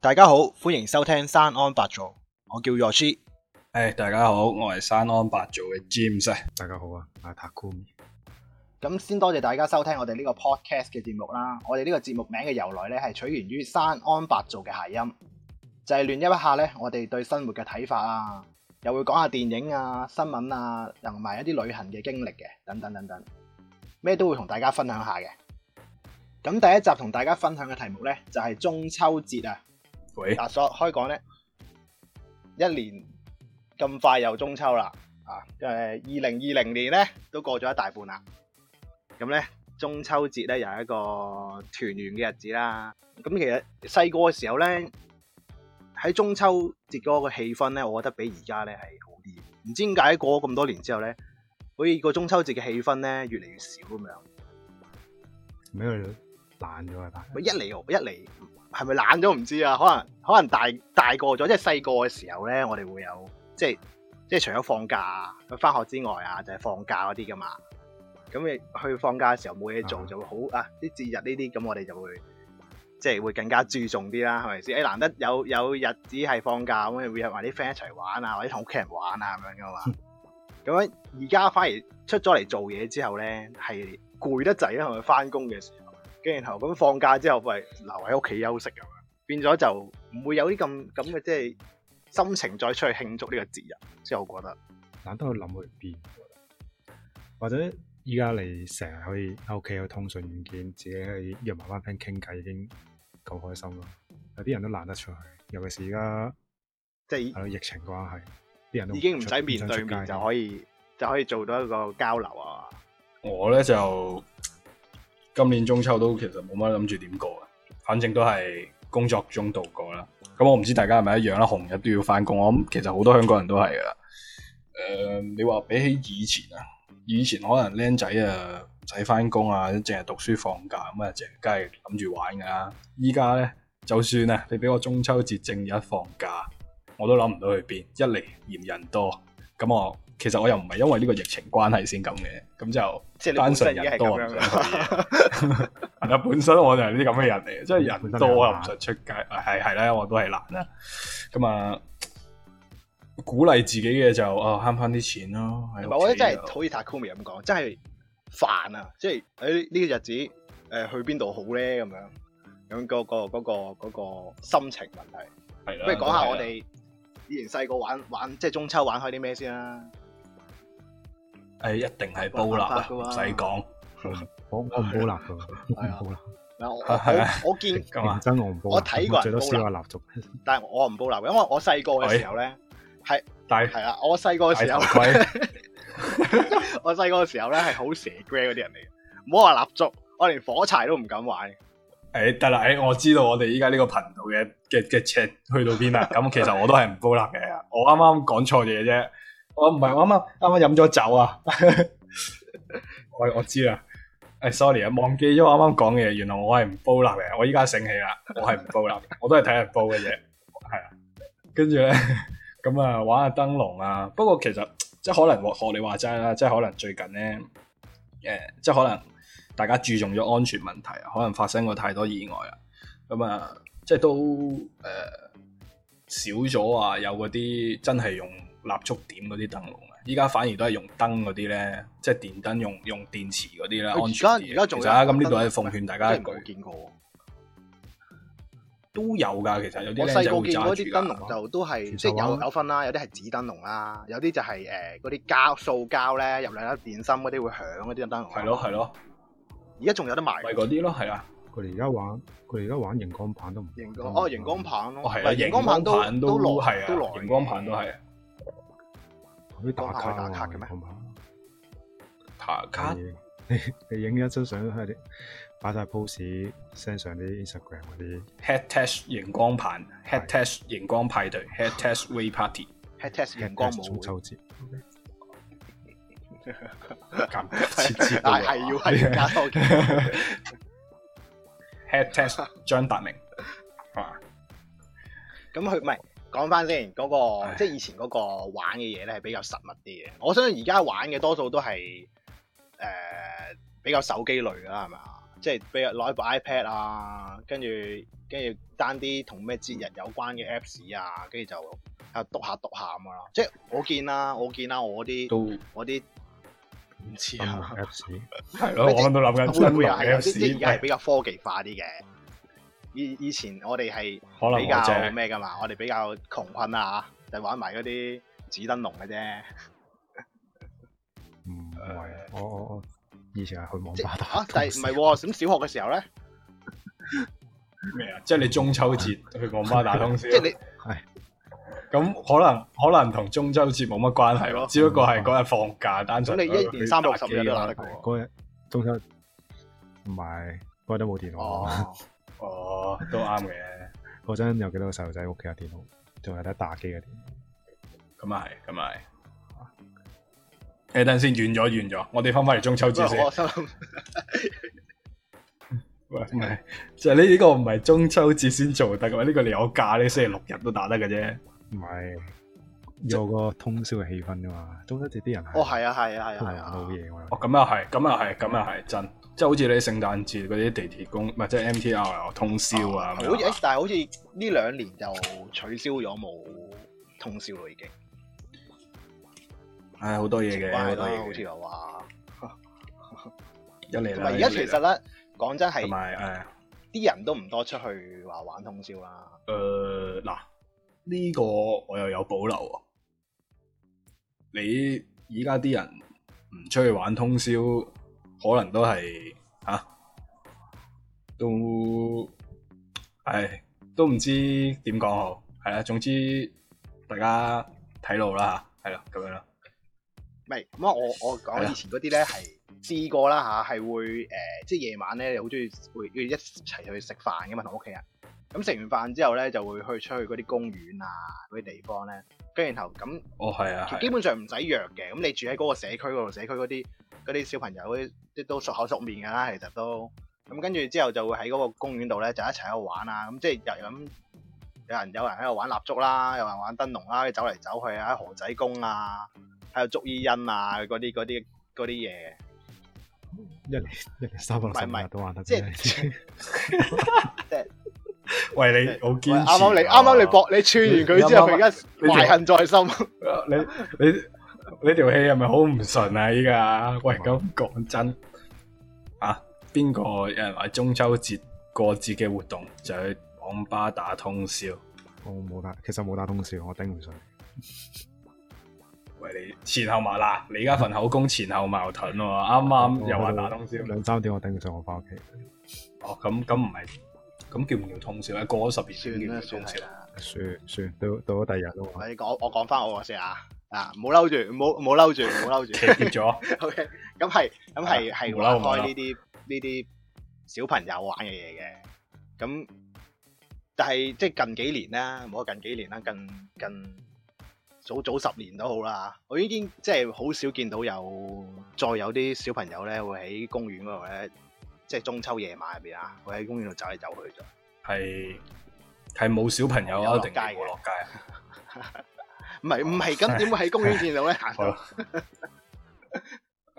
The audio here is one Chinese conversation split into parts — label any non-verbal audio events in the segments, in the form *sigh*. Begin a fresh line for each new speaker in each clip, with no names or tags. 大家好，歡迎收聽山安白做，我叫若詩。
誒，大家好，我係山安白做嘅 James 啊。
大家好啊，我係 Takumi。
咁先多謝大家收聽我哋呢個 podcast 嘅節目啦。我哋呢個節目名嘅由來咧，係取源於山安白做嘅諧音，就係、亂一一下咧，我哋對生活嘅睇法啊，又會講下電影啊、新聞啊，同埋一啲旅行嘅經歷嘅，等等等等，咩都會同大家分享下嘅。咁第一集同大家分享嘅題目咧，就係、中秋節啊。
喂，
嗱，所開講咧，一年咁快又中秋啦，啊，誒，二零二零年咧都過咗一大半啦，咁咧中秋節咧又係一個團圓嘅日子啦。咁其實細個嘅時候咧，喺中秋節嗰個氣氛咧，我覺得比而家咧係好啲。唔知點解過咗咁多年之後咧，好似個中秋節嘅氣氛咧越嚟越少咁樣。
咩爛咗啊？大
一嚟我一嚟係咪懶咗唔知啊？可能可能大大個咗，即係細個嘅時候咧，我哋會有即係即係除咗放假、翻學之外啊，就係、放假嗰啲噶嘛。咁你去放假嘅時候冇嘢做，
啊
就會好啊啲節日呢啲，咁我哋就會即係會更加注重啲啦，係咪先？誒、難得有有日子係放假，咁你會約埋啲 friend 一齊玩啊，或者同屋企人玩啊咁樣噶嘛。咁樣而家反而出咗嚟做嘢之後咧，係攰得滯啦，啊係咪翻工嘅時候？跟住然後咁放假之後，咪留喺屋企休息咁樣，變咗就唔會有啲咁咁嘅即係心情再出去慶祝呢個節日，即係我覺得
懶得去諗去邊，或者依家你成日可以喺屋企有通訊軟件，自己去約埋班 friend 傾偈已經夠開心啦。有啲人都懶得出去，尤其是而家
即
係咯疫情關係，啲人都
係已經唔
出
使面對
唔想
面
出街
就可以就可以做到一個交流啊！
我咧就今年中秋都其實冇乜諗住點過啊，反正都係工作中度過啦。咁我唔知大家係咪一樣啦，紅日都要翻工，我諗其實好多香港人都係噶啦。誒、你話比起以前啊，以前可能僆仔啊唔使翻工啊，淨係讀書放假咁啊，淨係梗係諗住玩噶啦。依家咧，就算啊，你俾我中秋節正日放假，我都諗唔到去邊。一嚟嫌人多，咁我其實我又唔係因為呢個疫情關係先咁嘅，咁就
即係你
單
本
純
身已經係
人多
咁
唔
樣
想
啦
去嘢。 *laughs* 係啦，本身我就係呢啲咁嘅人嚟嘅，即係人多啊我又唔想出街，啊係係啦，我都係懶啦。咁啊，鼓勵自己嘅就啊慳翻啲錢咯。喺
唔
屋
係，我覺得
企
真係
就
好似 Takumi 咁講，真係煩啊！即係喺呢個日子，誒、去邊度好咧咁樣，咁、嗰個嗰、個嗰、個心情問題。
係啦啊
不如講下
都係
我
啦
啊
哋以前細個玩玩即係中秋玩開啲咩先啊啦。
誒，一定係煲蠟啊，唔使講。
*laughs*
*laughs*
我我唔煲蠟噶，我 *laughs* 唔煲蠟。
啊嗱，我我我見，
咁啊
認，真我唔煲蠟，
我睇過人
最多
煲蠟
燒下蠟燭。
但係我唔煲蠟嘅，因為我細個嘅時候咧，
戴
係啦，我細個嘅
戴
時
頭
候，
盔，
*laughs* 我細個嘅時候咧係好蛇 grey 嗰啲人嚟嘅，唔好話蠟燭，我連火柴都唔敢玩。
誒得啦，誒我知道我哋依家呢個頻道嘅嘅嘅尺去到 *laughs* 邊啦。咁其實我都係唔煲蠟嘅，我啱啱講錯嘢啫。哦我唔係我啱啱啱啱飲咗酒啊。 *laughs* 我我知啦。誒，sorry 啊，忘記咗我啱啱講嘅嘢。原來我係唔煲蠟嘅。我依家醒起啦，我係唔煲蠟嘅，我都係睇人煲嘅啫。係啊，跟住咧 *laughs* 咁啊，玩下燈籠啊。不過其實即係可能學你話齋啦，即係可能最近咧誒，即係可能。大家注重咗安全問題啊，可能發生過太多意外啊，咁啊，即係都誒、呃少咗啊，有嗰啲真係用蠟燭點嗰啲燈籠啊，依家反而都係用燈嗰啲咧，即係電燈用用電池嗰啲啦，
而
安
家
全
而家
啲。
仲
其
有
實啊，咁呢度係奉勸大家一
真係
句，
冇見過。
都有㗎，其實有啲
我
僆
細
仔
個
會
見
揸
過
住
啲燈籠
㗎。
就都係
其
即
實
係
玩
有有分啦，有啲係紙燈籠啦，有啲就係誒嗰啲膠塑膠咧入兩粒電芯嗰啲會響嗰啲燈籠。啊
係咯，係咯，
而家仲有得賣
咪。嗰啲咯，係啊，
佢哋而家玩，佢哋而家玩熒光棒都唔
熒光哦，熒光棒咯，
哦係
唔
啊，
係
熒光棒
都
都
都耐
係啊，
都耐嘅
熒光棒都係啊
嗰啲打卡
打卡嘅咩
啊熒光棒
嗯
爬卡
係 *laughs* 你你影一張相喺啲擺晒 pose，send 上啲 Instagram 嗰啲，
Head Test 熒光棒，Head Test 熒光派對，Head Test Way Party，
，head test 熒光
中
舞
秋節
咁
*laughs*
切切
會，但係係要係
啊
要加多幾個
Head Test 張達明，啊
咁佢唔係講翻先嗰個，
唉
即係以前嗰個玩嘅嘢咧係比較實物啲嘅。我相信而家玩嘅多數都係誒、呃比較手機類㗎啦，係嘛？即係比如攞一部 iPad 啊，跟住跟住單啲同咩節日有關嘅 Apps 啊，跟住就喺度篤下篤下咁樣咯。即係我見啦，我見啦，我啲
都
我啲唔知啊，
Apps
系咯，我喺度谂
*laughs*
紧
會
新
會啊，係有
嘅
啲即係而家係
事，
比較科技化啲嘅。以以前我哋係
可能
比
我
較
正
咩噶嘛，我哋比較窮困啊，就玩埋嗰啲紙燈籠嘅啫。 *laughs*
唔係
哎
啊，我我我以前係去網
即
吧打
啊，
通宵，
但係唔係喎？咁小學嘅時候咧，
咩啊？即系你中秋节去网吧打通
*laughs*
宵，
即係
咁
你
可能可能同中秋节冇乜关系
係咯
咯，只不过系嗰日放假，单纯
哦咁你一年三百六十日都打得過喎。
嗰日中秋唔係嗰日都冇電腦啊，
哦，
哦，都啱嘅，
嗰陣有幾多個細路仔屋企有電腦，仲有得打機嘅電腦。
咁啊系，咁啊系。诶，等陣先，完咗完咗，我哋翻返嚟中秋
不
節
過
先
我。心諗
喂唔係，就係呢呢個唔係中秋節先做得嘅嘛，呢個你有假，你星期六日都打得嘅啫。
唔係有個通宵嘅氣氛噶嘛，中秋節啲人係
哦，係啊，係啊，係啊，係
冇
啊，
嘢㗎嘛
哦，咁又係，咁又係，咁又係真，即係好似你聖誕節嗰啲地鐵工，唔係即係 MTR 又通宵啊咁
哦好似
樣。
但係好似呢兩年就取消咗冇通宵咯，已經。
唉，好多嘢嘅，
關
好
係
多
啦，
嘢
好似
嘅。
又話。
一嚟
同
啦，
埋而家
一
其
嚟啦啊
實咧，講真
同
係
埋誒
啲人都唔多出去話玩通宵啦。
誒呃嗱，呢個我又有保留喎。你而家啲人唔出去玩通宵，可能都係嚇、啊都唉，都唔知點講好，係啊啦。總之大家睇路啦嚇，係啦咁樣啦。
唔係咁啊！我我
係
講
啊
以前嗰啲咧係試過啦嚇，係會誒、呃即係夜晚咧，你好中意會要一齊去食飯噶嘛，同屋企人。咁食完飯之後咧，就會去出去嗰啲公園啊，嗰啲地方咧，跟住然後咁
哦，係啊，
基
係啊
本上唔使約嘅。咁你住喺嗰個社區嗰度，社區嗰啲嗰啲小朋友嗰啲即都熟口熟面㗎啦，其實都。咁跟住之後就會喺嗰個公園度咧，就一齊喺度玩啊。咁即係又咁有人有人喺度玩蠟燭啦，有人玩燈籠啦，走嚟走去啊，喺河仔公啊，喺度捉伊因啊，嗰啲嗰啲嗰啲嘢。
一年一年三百六十
唔係唔係
五日都玩得
即
啫，
係
喂，你好堅持
喂
啊喎。
啱啱你啱啱你搏你串完佢之後，佢
你啱啱
而家懷恨在心。
你你你条气系咪好唔順啊？依家喂，咁講真啊，邊個有人話中秋節過節嘅活動就去網吧打通宵？
我冇打，其實冇打通宵，我頂唔順。
喂，你前後矛嗱，你而家份口供前後矛盾喎、
哦
啱啱又話打通宵，
兩三點我頂唔順，我翻屋企
哦，咁咁唔係，咁叫唔叫通宵咧？過咗十二
算
點叫
啦
唔叫
算
通宵？啊
啦，
算算，到到咗第二日都玩。
我講我講翻我個先啊。啊！唔好嬲住，唔好唔好嬲住，唔好嬲住。
騎劫咗，
*laughs* O K，咁係咁係
啊
係
無啦
玩
無啦
開呢啲呢啲小朋友玩嘅嘢嘅，咁但係即係近幾年啦，唔好話近幾年啦，近近早早十年都好啦，我已經即係好少見到有再有啲小朋友咧會喺公園嗰度咧，即係中秋夜晚入邊啊，會喺公園度走嚟走去啫。
係係冇小朋友
有
啊，
落
定
街嘅
係冇落街啊？
唔係唔
*laughs*
係咁點會喺公園見到咧？ *laughs* 行
好
到
啦。
行到好好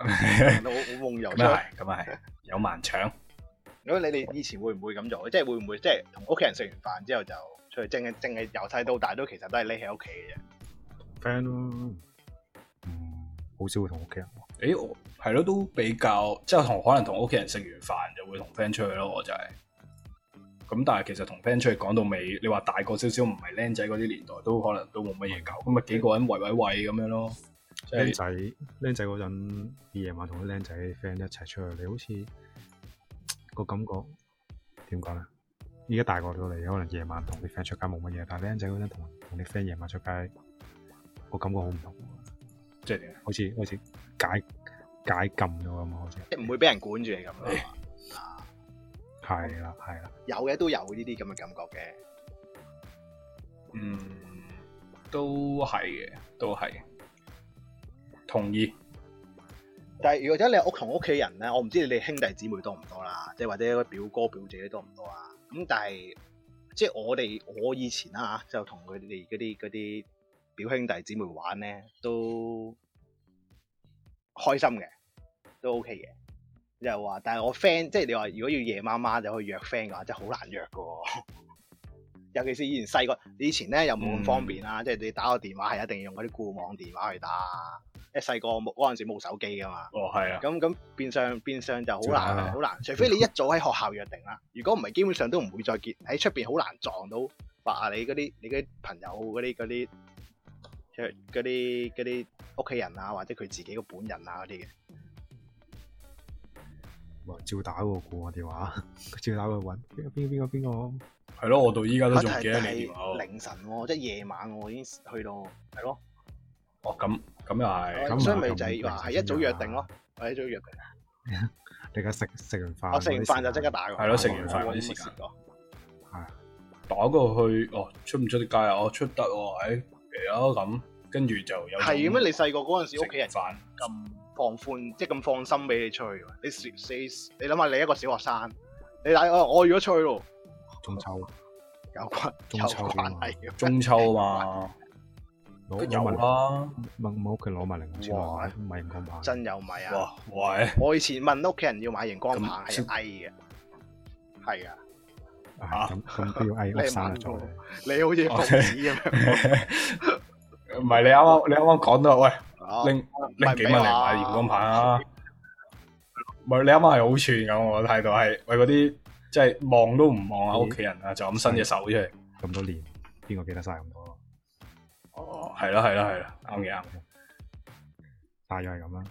夢遊出
咁啊係，咁啊係，有盲腸。
咁你哋以前會唔會咁做？即係會唔會即係同屋企人食完飯之後就出去蒸嘅蒸嘅？由細到大都其實都係匿喺屋企嘅啫。
friend 咯，嗯，好少會同屋企人玩。
诶，我係咯，都比較即係同可能同屋企人食完飯就會同 friend 出去咯，我就係、咁但係其實同 friend 出去講到尾，你話大個少少唔係僆仔嗰啲年代，都可能都冇乜嘢搞，咁咪啊幾個人圍圍圍咁樣咯。即
僆
係
仔僆仔嗰陣，夜晚同啲僆仔 friend 一齊出去，你好似個感覺點講咧？依家大個咗，你可能夜晚同啲 friend 出街冇乜嘢，但係僆仔嗰陣同同啲 friend 夜晚出街，個感覺好唔同，
即係點啊
好似好似解解禁咗咁啊，好似
即係唔會俾人管住你咁咯。
係啦係啦，
有嘅都有呢啲咁嘅感覺嘅。
嗯，都係嘅，嗯都係嘅。同意。
但係如果你係屋同屋企人咧，我唔知你哋兄弟姊妹多唔多啦，即係或者表哥表姐多唔多啊？咁但係即係我哋我以前啦嚇，就同佢哋嗰啲嗰啲表兄弟姊妹玩咧，都開心嘅，都 OK 嘅。又話，但係我 friend 即係你話如果要夜媽媽就去約 friend 嘅話，真係好難約嘅喎。 *laughs* 尤其是以前細個，以前咧又冇咁方便啊啦，即係你打個電話係一定要用嗰啲固網電話去打啊，即係細個冇嗰陣時冇手機噶嘛。
哦，係啊，
咁咁變相變相就好
做下
難
啦
好難，除非你一早喺學校約定啦。如果唔係，基本上都唔會再見喺出邊，好難撞到話啊你嗰啲你嗰啲朋友嗰啲嗰啲佢嗰啲嗰啲屋企人啊，或者佢自己個本人啊嗰啲嘅。
哇照打喎，估我電話， *laughs* 照打去揾邊個邊個邊個
係咯，我到依家都
但
仲記得
係
你電話哦喎。
凌晨喎，即係夜晚喎，我已經去到係咯，
哦，咁咁啊又係，
咁
咁
唔
所以
係
咪
咁啊
就係話係一早約定咯，我一早約定。
你而家食食完飯，
哦我食完飯就即刻打哦㗎。
啊係咯食完飯
我
嗰
冇
啲
乜
時間
試過
打過去，哦，出唔出得街啊？我出得喎，誒嚟咯咁，跟住就有
係咩？你細個嗰陣時，屋企人
飯
咁放寬，即係咁放心俾你出去㗎。你小你你諗下，你一個小學生，你打我我如果出去咯，
中
哦
秋，
有關
中
有
秋啫
關
嘛
係嘅。
中秋啊 *laughs* 嘛，
攞
都
攞
有
埋
啦。
問我屋企攞埋零用錢
哇
嚟買唔咁怕，
真有米啊！
哇喂， *laughs*
我以前問屋企人要買熒光棒
咁
係翳嘅，係啊，
唉咁咁都要
*laughs*
嗌屋生日啊做
你你好似報紙咁樣。
唔係你啱啱你啱啱講到，喂
哦
拎拎幾蚊嚟買
唔係
鹽光棒啊？唔係你啱啱係好串咁，我嘅態度係喂嗰啲即係望都唔望下屋企人啊，就咁伸隻手出嚟。
咁多年，邊個記得晒咁多？
哦，係啦係啦係啦，啱嘅啱嘅。
大約係咁啦，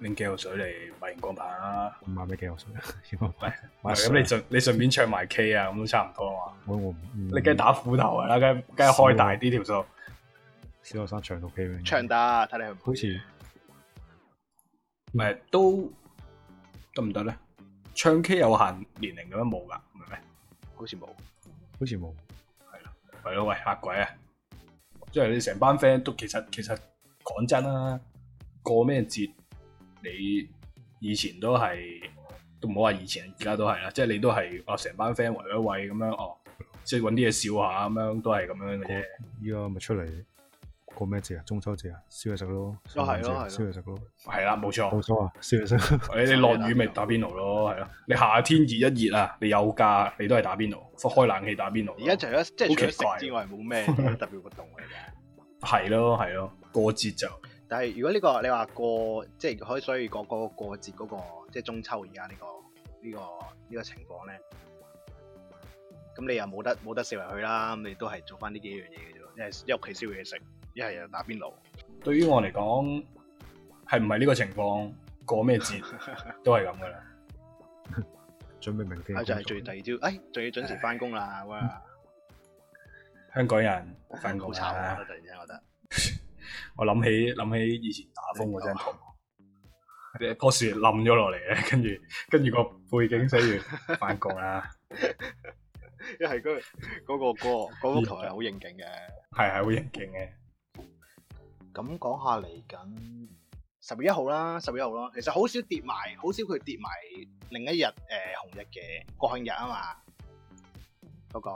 拎幾口水嚟買鹽光棒啊！
唔買俾幾我水， *laughs* 如果買
喂咁你順你順便唱埋 K 啊，咁都差唔多啊嘛。
我我唔嗯
你梗係打斧頭啊啦，梗係梗係開大啲條數。
小學生長到 K 咩？
唱得，啊睇你去唔去
好似
唔係都得唔得咧？唱 K 有限年齡咁樣冇噶，唔係咩？
好似冇。
好似冇，
係咯，喂嚇鬼啊！即係你成班 friend 都其實其實講真啦，過咩節你以前都係都唔好話以前，而家都係啦，即係你都係哦成班 friend 圍一圍咁樣哦，即係揾啲嘢笑下咁樣，都係咁樣嘅啫。
依家咪出嚟過咩節啊？中秋節啊，燒嘢食咯，
哦係咯係咯
啊燒嘢食咯，
係啦，冇錯
冇。錯啊，燒嘢食。
你你落雨咪打邊爐咯，係咯。你夏天熱一熱啊，你有假你都係打邊爐，開冷氣打邊爐咯。
而家除咗即係除咗
好奇怪
食之外，冇咩特別活動嚟嘅。
係咯係咯，過節就
但係如果呢、個你話過即係可以，所以個個過節嗰、個即係中秋而家呢個呢、個呢、個情況咧，咁你又冇得冇得四圍去啦，咁你都係做翻呢幾樣嘢嘅啫，一係一屋企燒嘢食，一係又打邊爐，
對於我嚟講，係唔係呢個情況過咩
*laughs*
節都係咁噶啦。
*laughs* 準備明天
啊
嘅
就係
工作嗯
最第二朝，哎，仲要準時翻工啦，哇，
香港人翻
好
工
慘啊！我
嗯
啦，
突然之間覺得，
我諗起諗起以前打風嗰張
啊
圖，誒棵樹冧咗落嚟咧， *laughs* 跟住跟住個背景寫住啊翻
*laughs*
工啦，
一係嗰嗰個歌嗰幅圖係好應景嘅。
係係好應景嘅。
咁講下嚟緊十月一號啦，十月一號啦，其實好少跌埋，好少佢跌埋另一日誒、呃、紅日嘅國慶日啊嘛，嗰、個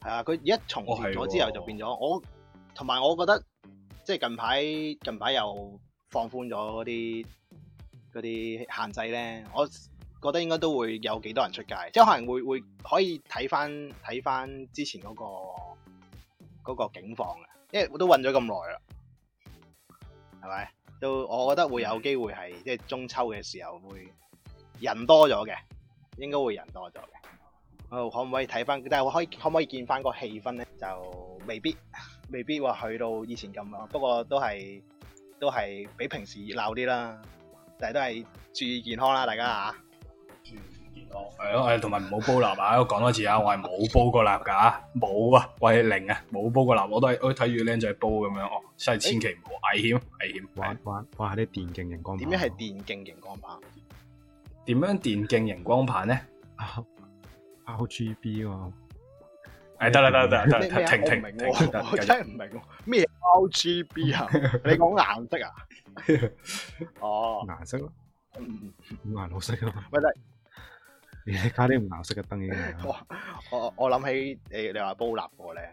係啊，佢而家重
哦
調
係
咗
喎
之後就變咗我，同埋我覺得即係近排近排又放寬咗嗰啲嗰啲限制咧，我覺得應該都會有幾多人出街，即係可能會會可以睇翻睇翻之前嗰、個嗰、個境況嘅，因為我都混咗咁耐啦，係咪？都我覺得會有
嗯
機會係即係中秋嘅時候會人多咗嘅，應該會人多咗嘅。哦，可唔可以睇翻？但係可以可唔可以見翻個氣氛咧？就未必 *laughs* 未必話去到以前咁咯。不過都係都係比平時熱鬧啲啦，但係都係注意健康啦，大家啊！
健康係咯，誒同埋唔好煲蠟啊！我講多次啊，我係冇煲過蠟㗎，冇啊，我係零啊，冇煲過蠟，我都係我睇住僆仔煲咁樣，哦，真係千祈唔好，危險危險。
玩玩玩下啲電競
嗯
熒光
點
棒。啊
樣係電競熒光棒？
點樣電競熒光棒咧？
RGB
哦
誒
喎？
哎得啦得啦得啦
咩
得
咩
啦，
啊我
停
唔
停
明
停
喎
得，
我
繼
真
續
係唔明喎咩 RGB 啊？你講顏色
*laughs*
啊？哦，
顏色咯，
嗯
五顏六色啊嘛。
喂但
你加啲五顏六色嘅燈已經係啦
哇我我諗起你你話煲立過咧，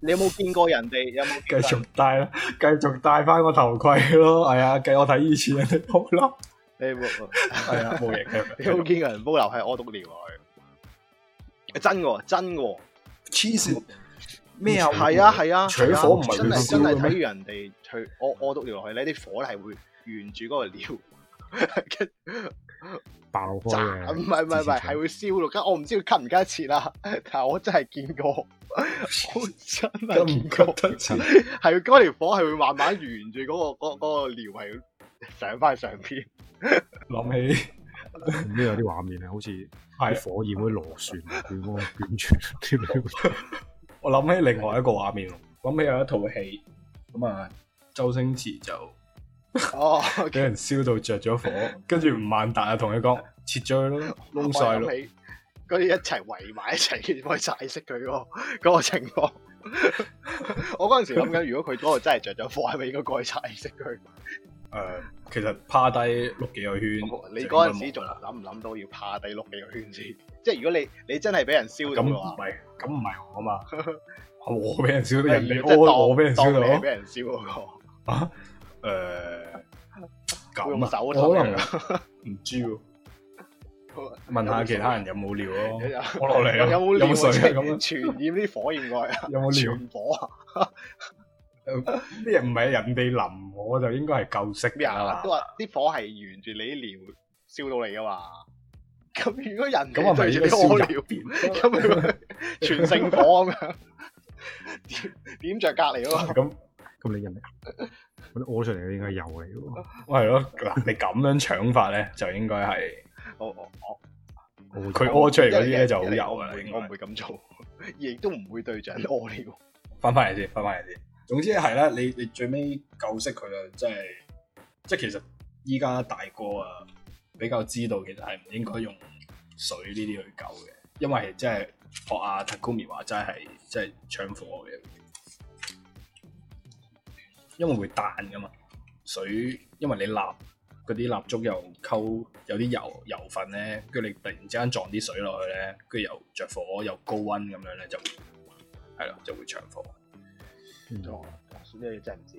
你有冇見過人哋有冇見過
繼
人
續戴啦，繼續戴翻個頭盔咯。係啊，計我睇以前人哋煲蠟，
你冇
系啊，冇嘢
你有冇
嘅。
見過人煲樓係屙督尿啊？佢真嘅喎，真嘅喎，
黐線咩啊？
係啊係啊，
取火唔係
真係
佢
真
燒
係
嘅咩
睇住人哋去屙屙督尿落去咧，啲火係會沿住嗰個尿。跟
爆
哦
開啊
斬唔
嘅，
係唔係唔係，
之前
係會燒咯。跟我唔知佢吸唔吸得切啦，但係我真係見過，我真係
咁唔
見
覺
過，
得似
係嗰條火係會慢慢沿住嗰、個嗰、嗰個尿係上翻上邊。
諗起
都有啲畫面啊，好似
係
啲火焰嗰啲螺旋捲嗰個捲住啲料
我諗起另外一個畫面喎，諗起有一套戲咁啊，周星馳就 *laughs*
哦，
俾人燒到着咗火，跟住吳孟達啊同佢講切咗佢咯，窿晒
我
咯
諗。起嗰啲一齊圍埋一齊，跟住幫佢解釋佢嗰個 *laughs* 嗰個情況。我嗰陣時諗緊，如果佢嗰個真係着咗火，係咪應該過去解釋佢？
誒、其實趴低碌幾個圈，
哦你嗰陣
陣
時仲諗唔諗到要趴地碌幾個圈先？即係如果你你真係俾人燒到
咁
嘅
唔
話，
係，咁唔係我啊
*laughs*
嘛，我俾人燒到，
啊係
人哋
如果真係當
屙我俾人哦燒
當你係俾
到
人燒嗰
啊？誒、
會 *laughs* 用
咁啊，
手
我可
推
能
啊
唔
*laughs*
知喎，
個。
問下其他人有冇尿
*laughs*
咯，我落嚟啊，
有冇
有冇水啊？咁啊
傳染啲火焰過嚟啊？
有冇
*laughs*
尿？
傳火啊？
啲人唔係人哋淋我就應該係夠識
咩
㗎
啊
啦？
都。話啲火係沿住你啲尿燒到你噶嘛？咁如果人
咁我
哋對
咪應
住 *laughs*
該
你
燒
屙
入
尿，
邊
咁
*laughs*
咪全聖火咁樣，點 *laughs* 點着隔離
*laughs*
嗰個？
咁
咁你人哋嗰啲屙出嚟嘅應該係油嚟嘅
哦
係咯，嗱你咁樣搶法咧，就應該係
我我我
喎，
佢屙出嚟嗰啲
因為
咧就好
因為
油
我唔
啦，
會
應
我
該
唔。會咁做， *laughs* 亦都唔會對住人屙尿。
翻翻嚟先，翻翻嚟先。總之係啦，你你最尾救識佢啦，即係即係其實依家大個啊，比較知道其實係唔應該用水呢啲去救嘅，因為即係學阿 Takumi 話齋係即係搶火嘅，因為會彈噶嘛。水因為你蠟嗰啲蠟燭又溝有啲油油份咧，跟住你突然之間撞啲水落去咧，跟住又着火又高温咁樣咧就係咯就會搶火。
嗯
呢啲真係唔知。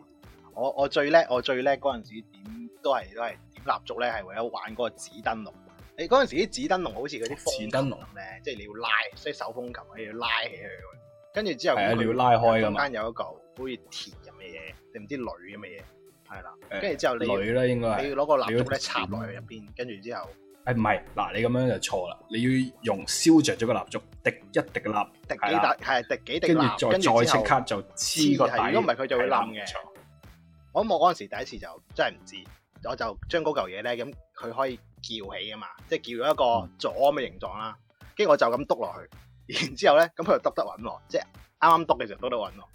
我我最叻，我最叻嗰陣時點都係都係點蠟燭咧，係為咗玩嗰個紙燈籠。你嗰陣時啲紙燈籠好啊似嗰啲風
紙燈籠
咁咧，即係你要拉，即係手風琴你要拉起佢咁樣，跟住之後
係啊
咁佢
你要拉開㗎嘛
中間有一嚿好似鐵咁嘅嘢，定唔知鋁咁嘅嘢，係啦。
誒
跟住之後你要
女啦，應該
你
係
要攞個蠟
你要
燭咧插落去入邊，跟住之後
誒唔係嗱，你咁樣就錯啦。你要用燒着咗個蠟燭，滴一滴嘅蠟，
滴幾
係啦
笪係滴幾滴
跟住
蠟，
再
跟住
再
之
即
後
刻就黐個
黐係
底。
如果唔係佢就會
係啦
冧嘅
冇錯
我諗我嗰陣時第一次就真係唔知，我就將嗰嚿嘢咧，咁佢可以叫起啊嘛，即係叫咗一個左咁嘅形狀啦。跟住我就咁篤落去， *laughs* 然之後咧，咁佢就篤得穩喎，即係啱啱篤嘅時候篤得穩喎。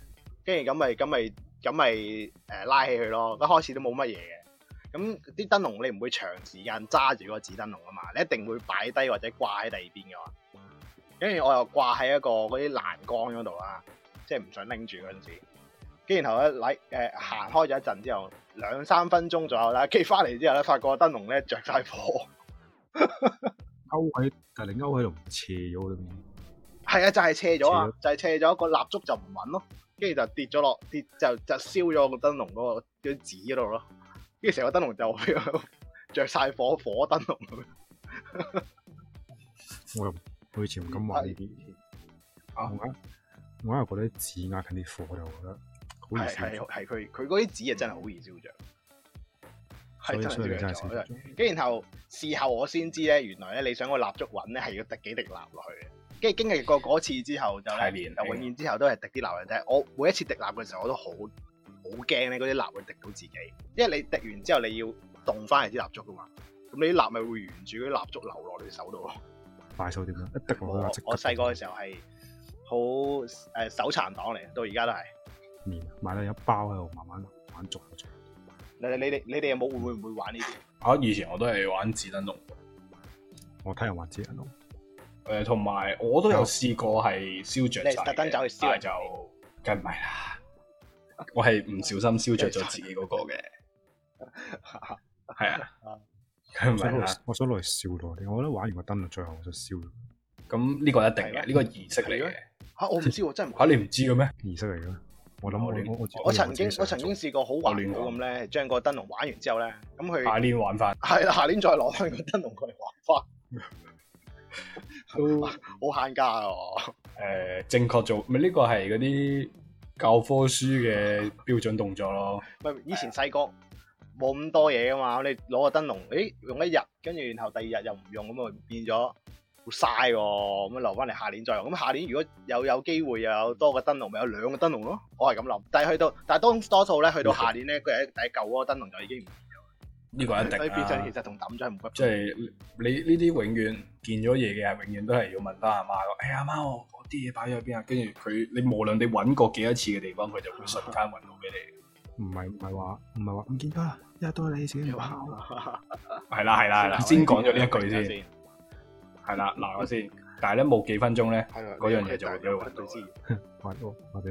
跟住咁咪咁咪咁咪誒拉起佢咯。一開始都冇乜嘢嘅。咁啲燈籠你唔會長時間揸住個紙燈籠啊嘛，你一定會擺低或者掛喺第二邊嘅嘛。跟住我又掛喺一個嗰啲欄杆嗰度啦，即係唔想拎住嗰陣時。跟住然後咧，嚟誒行開咗一陣之後，兩三分鐘左右啦，跟住翻嚟之後咧，發覺個燈籠咧着晒火，
勾喺，但係你勾喺度唔斜咗嘅咩？
係啊，就係、斜咗啊
斜，
就係斜咗個蠟燭就唔穩咯，跟住就跌咗落跌就就燒咗個燈籠嗰個啲紙嗰度咯，跟住成個燈籠就着晒火火燈籠咁樣，
我又我以前唔敢玩呢啲
啊
我硬我硬係覺得紙壓緊啲火，又覺得好易
係
燒
係
着，
係佢佢嗰啲紙啊真係好易燒着，
所
係
以
真
所以
係
你真
燒着
係燒
咗
着。
跟住然後事後我先知咧，原來咧你想個蠟燭穩咧係要滴幾滴蠟落去嘅。跟住經歷過嗰次之後就
太
咧，
年輕
就永遠之後都係滴啲蠟嚟睇。我每一次滴蠟嘅時候，我都好好驚咧，嗰啲蠟會滴到自己，因為你滴完之後你要動翻嚟啲蠟燭噶嘛。咁你啲蠟咪會沿住嗰啲蠟燭流落你手度咯。
快手點樣？一滴
我
哦落去即刻
我細個嘅時候係好誒手殘黨嚟，到而家都係。
面買咗一包喺度，慢慢玩逐逐。
你你你你哋有冇會唔會玩呢啲？
啊！以前我都係玩紙燈籠，
我睇人玩紙人咯，
誒呃同埋我都有試過係燒着
你
晒嘅
特登走去燒
但係就梗唔係啦。我係唔小心燒着咗自己嗰個嘅，
*laughs*
係啊，梗唔係
我想攞
啦。
嚟我想攞嚟燒咯。我覺得玩完個燈籠，最後我想燒咗
咁呢個一定
係咩
嘅，呢個儀式嚟
係
嘅
咩。嚇、我唔知喎，真係冇
嚇你唔知嘅咩？
儀式嚟嘅。我諗
我亂
我我
我曾經我曾經試過好環保
我
咁咧，將個燈籠玩完之後咧，咁
下
佢
年玩翻，
*laughs* 係啦，下年再攞翻個燈籠過嚟玩
都
翻，好慳家啊我！
诶正確做，咪呢個係嗰啲教科書嘅標準動作咯。
咪以前細個冇咁多嘢噶嘛，你攞個燈籠，誒用一日，跟住然後第二日又唔用，咁咪變咗好嘥喎，咁留翻嚟下年再用。咁下年如果又有機會又有多個燈籠，咪有兩個燈籠咯。我係咁諗，但係去到但係當多數咧，去到下年咧，佢係第舊嗰個燈籠就已經唔
呢個一定
所以變
啦
相，其實同抌咗係冇
即係你呢啲永遠見咗嘢嘅，係永遠都係要問翻阿媽咯。哎呀，阿媽，我我啲嘢擺咗喺邊啊？跟住佢，你無論你揾過幾多次嘅地方，佢就會瞬間揾到俾你。
唔係唔係話唔係話唔見得啦，一都係你自己唔考。
係啦，係啦， *laughs* 係啦，先講咗呢一句先，
先，
係啦，嗱我先。但係咧冇幾分鐘咧，嗰樣嘢就會俾佢揾到。
先，
或者或者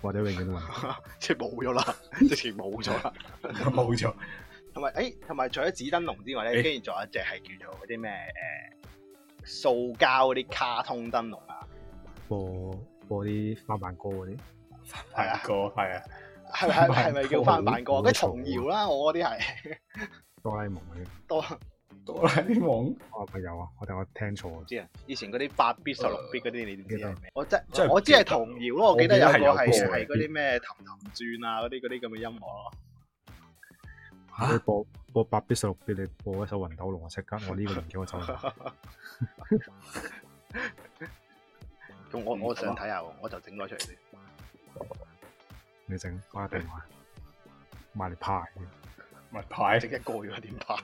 或者永遠都揾唔到
即係冇咗
*laughs*
啦，直情冇咗啦。
*laughs* 冇錯，
同埋誒，同埋除咗紙燈籠之外咧，
誒
跟住仲有一隻係叫做嗰啲咩誒塑膠嗰啲卡通燈籠啊，
播播啲翻版歌嗰啲，
係
係
啊
*laughs* 啊，個係啊，
係咪係咪係咪叫翻版歌？
好
嗰啲童謠啦，我嗰啲係 *laughs*
哆啦 A 夢嗰啲。
多
哆啦 A 夢。
我朋友啊，我哋我聽錯啊
唔，知啊。以前嗰啲八 bit 十六 bit 嗰啲，你點知
記得
係咩？我真
真係
我知係童謠咯，我記得有個
我
係
記得係有個
係嗰啲咩氹氹轉啊，嗰啲嗰啲咁嘅音樂咯。
嚇
你播播八 B 十六 B，你播一首《魂斗羅》，我即刻我呢
*laughs*
個年紀我就
咁我我想睇下喎，我就整咗出嚟先。
你整，我一定買買嚟派。
咪牌
整一個要點拍？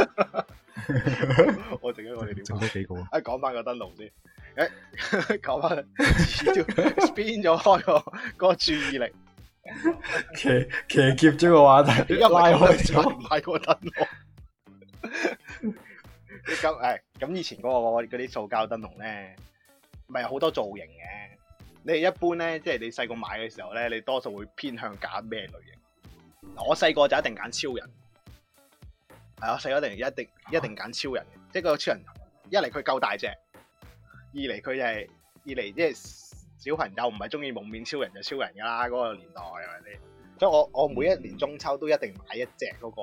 *laughs* *laughs* 我整一個你點
整
拍？
多幾個啊，
啊，講翻個燈籠先。哎 *laughs* 誒，講翻 *laughs* 邊咗開 *laughs* 個個注意力，
騎騎劫咗個話題， *laughs*
因為
拉開
咗
咗。
唔係個燈籠。咁誒，咁以前嗰、個嗰啲塑膠燈籠咧，咪有好多造型嘅。你一般咧，即係你細個買嘅時候咧，你多數會偏向揀咩類型？我細個就一定揀超人，係我細個一定一定一定揀超人嘅，即係個超人一嚟佢夠大隻，二嚟佢就係二嚟即係小朋友唔係中意蒙面超人就超人㗎啦，嗰、個年代係咪先？所以我我每一年中秋都一定買一隻嗰、個誒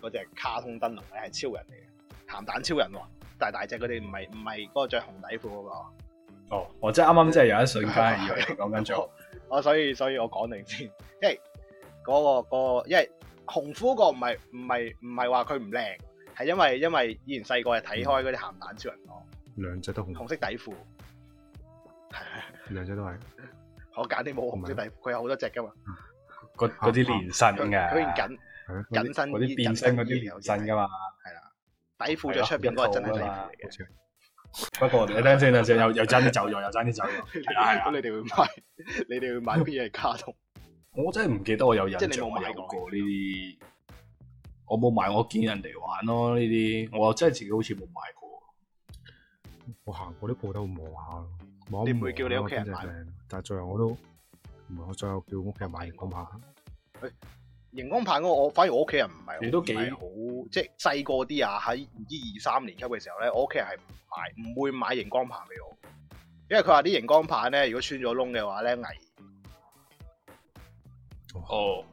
嗰隻卡通燈籠咧係超人嚟嘅，鹹蛋超人喎，大大隻嗰啲唔係唔係嗰個着紅底褲嗰、個。
哦，我真係啱啱真係有一瞬
*laughs*
間係以為你講緊咗。
我哦所以所以我講定先，因為嗰、個、嗰個因為紅夫嗰個唔係唔係唔係話佢唔靚，係因為因為以前細個係睇開嗰啲鹹蛋超人咯，
兩隻都紅
紅，色底褲。係
兩隻都係。
我揀啲冇紅色底褲，佢有好多隻噶嘛， *laughs*
嗰嗰啲連身
佢
嘅，
佢件緊
係咯
緊身
嗰啲變身嗰啲連身噶嘛。
嘛，底褲着出邊嗰個真係底
係
褲
啦
嚟
好似係
不過你等先，等先，又又爭啲走咗，又爭啲走咗。
*laughs*
係啦係啊
嘅。咁
啦，
你哋會買，你哋會買邊嘢卡通？
我真係唔記得我有印
即係你
象，
冇
我
買
有
過
過呢啲。我冇買，我見人哋玩咯呢啲，我真係自己好似冇買過。
我行過啲鋪頭摸下咯，摸
你
一摸
唔會叫你屋企人買
真係靚但係最後我都唔係，我最後叫屋企人買嚟講下。
熒光棒嗰個，我反而我屋企人唔係，
你都幾
唔係好，即係細個啲啊，喺唔知二三年級嘅時候咧，我屋企人係唔買，唔會買熒光棒俾我，因為佢話啲熒光棒咧，如果穿咗窿嘅話咧，危啊
哦，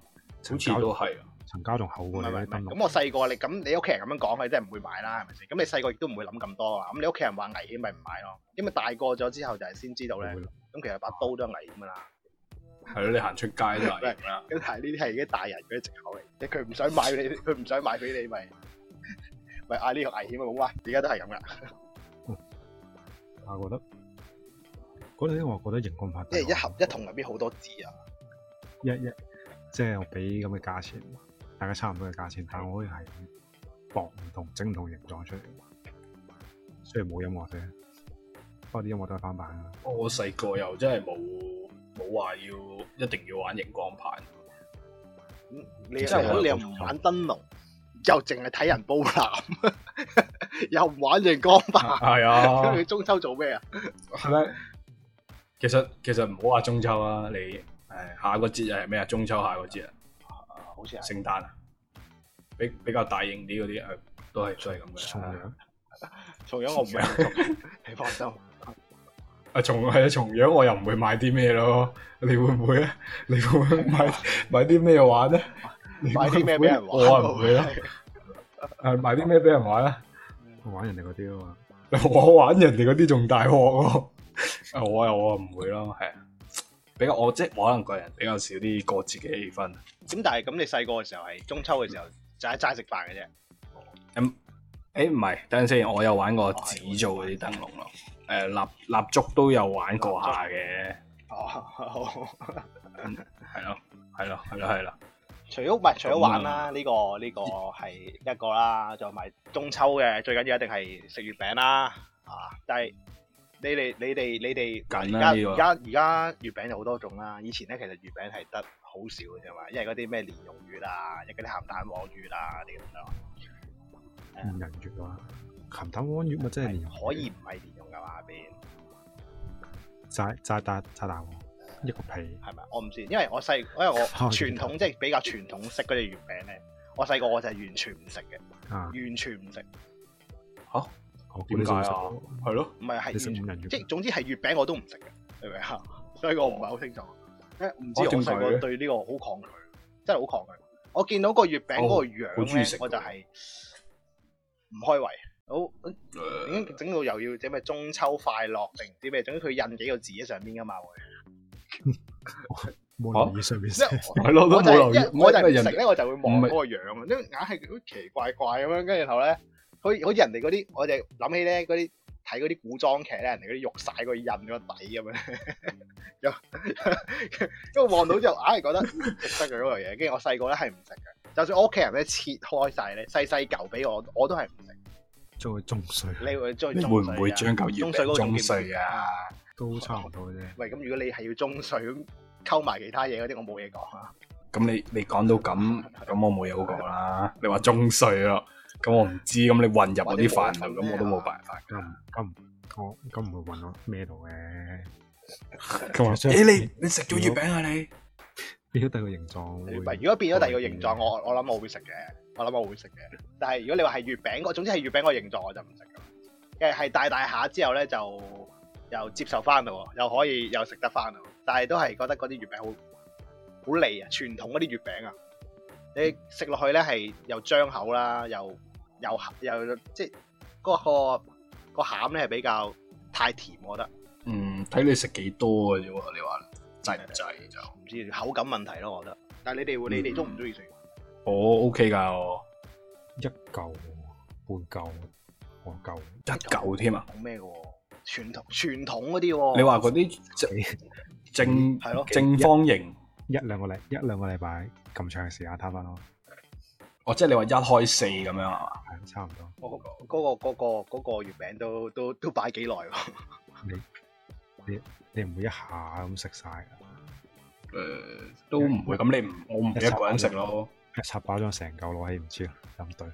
好似都係啊。
層膠仲厚
唔
過
係
你
唔係
啲
唔係
燈
咁
籠。
我細個你咁你屋企人咁樣講，佢真係唔會買啦，係咪先？咁你細個亦都唔會諗咁多啊，咁你屋企人話危險咪唔買咯，因為大個咗之後就係先知道咧，
會啦
咁其實把刀都係危險噶啦，
係咯，你行出街
*laughs*
都係咁啦。
咁但係呢啲係啲大人嗰啲藉口嚟，即係佢唔想買你， *laughs* 佢唔想買俾你咪 *laughs* 咪嗌呢個危險啊，冇買，而家都係咁噶。
我啊覺得嗰陣時我覺得熒光棒
即係一盒一桶入邊好多字啊！
一一即係我俾咁嘅價錢，大家差唔多嘅價錢，但我可以係薄唔同整唔同形狀出嚟。雖然冇音樂啫，不過啲音樂都係翻版啊啦。
我細個又真係冇冇話要一定要玩熒光
*laughs*
棒。
嗯你
真係
又你又唔玩燈籠，又淨係睇人煲腩， *laughs* 又唔玩熒光棒，
係啊
咁。你中秋做咩啊？
係咪？其實其實唔好話中秋啊，你誒、唉下個節日係咩啊？中秋下個節日，
好似係
聖誕啊，比比較大型啲嗰啲誒，都係都係咁
重
嘅。
*laughs*
陽
同樣我唔會做，你放心。
啊，同 *laughs* 係啊，同樣我又唔會買啲咩咯。 *laughs* 你會唔會啊？ *laughs* 你會唔
*laughs*
會買買啲咩玩咧？你
買啲咩俾人
會
玩喎？
唔會 *laughs* 我啊
*laughs*
唔會咯。誒，買啲咩俾人玩啊？ *laughs*
我玩人哋嗰啲啊嘛，
我玩人哋嗰啲仲大鑊喎。 *laughs* 啊我又我唔會咯，係啊比較我即係我可能個人比較少啲過節嘅氣氛。
咁但係咁你細個嘅時候係中秋嘅時候就係齋食飯嘅啫。
誒唔係，等陣先，我有玩過紙做嗰啲燈籠咯。誒蠟蠟燭都有玩過下嘅，
哦，好
係咯，係咯，係咯，係咯。
除咗唔係除咗玩啦，呢個呢個係一個啦，仲有埋中秋嘅最緊要一定係食月餅啦，啊！但係你哋你哋你哋
緊
而家
啦啊呢個
而家而家月餅有好多種啦，以前咧其實月餅係得好少嘅啫嘛，因為嗰啲咩蓮蓉月啊，一嗰啲鹹蛋黃月啊嗰啲咁樣，
五人月啊，鹹蛋黃月咪真係連
係可以唔係蓮蓉啊噶嘛入邊
炸炸蛋炸蛋黃一個皮，
係咪？我唔知，因為我細因為我傳統即係比較傳統式嗰啲月餅咧，我細個我就係完全唔食嘅，
啊，
完全唔食，
我估
點解
你仲
啊
食，
係咯，
唔係係
你食
完
五人月
即係總之係月餅我都唔食嘅，你明唔明啊？ *laughs* 所以我唔係好清楚，因為唔知
哦
我
點
細
解
個
咧
對呢個好抗拒，真係好抗拒。我見到個月餅嗰個
哦好
樣
中意
咧
食，
我就係唔開胃。好已經整到又要整咩中秋快樂定唔知咩，總之佢印幾個字喺上邊噶嘛會。
冇留意上面
即
寫，
係
*laughs*
我
係咯，都
我就
冇
係
留意
一，我就係唔
咩人
食
哋
咧，我就會望
唔
嗰
係
個樣啊，因為硬係好奇怪怪咁樣，跟住然後咧，好似好似人哋嗰啲，我哋諗起咧嗰啲睇嗰啲古裝劇咧，人哋嗰啲肉晒個印個底咁樣，
嗯
*laughs* 又因為望到之後硬係覺得唔食得嘅嗰樣嘢，跟住我細個咧係唔食嘅，就算我屋企人咧切開晒咧細細嚿俾我，我都係唔食。
做中水
你會中
你
中
會唔
水
會
啊
將嚿月
中水嗰
餅
個
中
仲叫
碎啊？
都差唔多嘅啫。
喂，咁如果你係要中水咁溝埋其他嘢嗰啲，我冇嘢講啊。
咁你你講到咁，咁我冇嘢好講啦。你話中碎咯，咁我唔知，咁你混入我啲飯度，咁我都冇辦法
咁
㗎。
唔咁唔我咁唔會揾我咩度嘅，
咁我
其實
誒你你食咗月餅啊你？
變咗第二個形狀
如
會。
果變咗第二個形狀，我我諗我會食嘅，我諗我會食嘅。但係如果你話係月餅嗰，總之係月餅個形狀我就唔食㗎。嘅係大大下之後咧，就又接受翻咯，又可以又食得翻咯。但係都係覺得嗰啲月餅好好膩啊，傳統嗰啲月餅啊，你食落去咧係又張口啦，又又又即係嗰個個餡咧係比較太甜，我覺得
嗯，睇你食幾多嘅啫喎。你話制唔制就？
唔知口感問題咯，我覺得。但係你哋會，你哋中唔中意食？
我 OK 㗎，我
一嚿半嚿我嚿，
一嚿添啊！
冇咩嘅喎，傳統傳統嗰啲喎。
你話嗰啲正
哦係咯
正方形，
一兩個禮一兩個禮拜咁長嘅時間攤翻咯，
哦，即係你話一開四咁樣啊？
係差唔多。
我嗰、嗰個嗰、個嗰、個月餅都都都擺幾耐喎？
你唔會一下咁食晒㗎，
誒、都唔會咁，你唔我唔會一個人食咯，
一插包裝成嚿攞起唔知啊，咁對。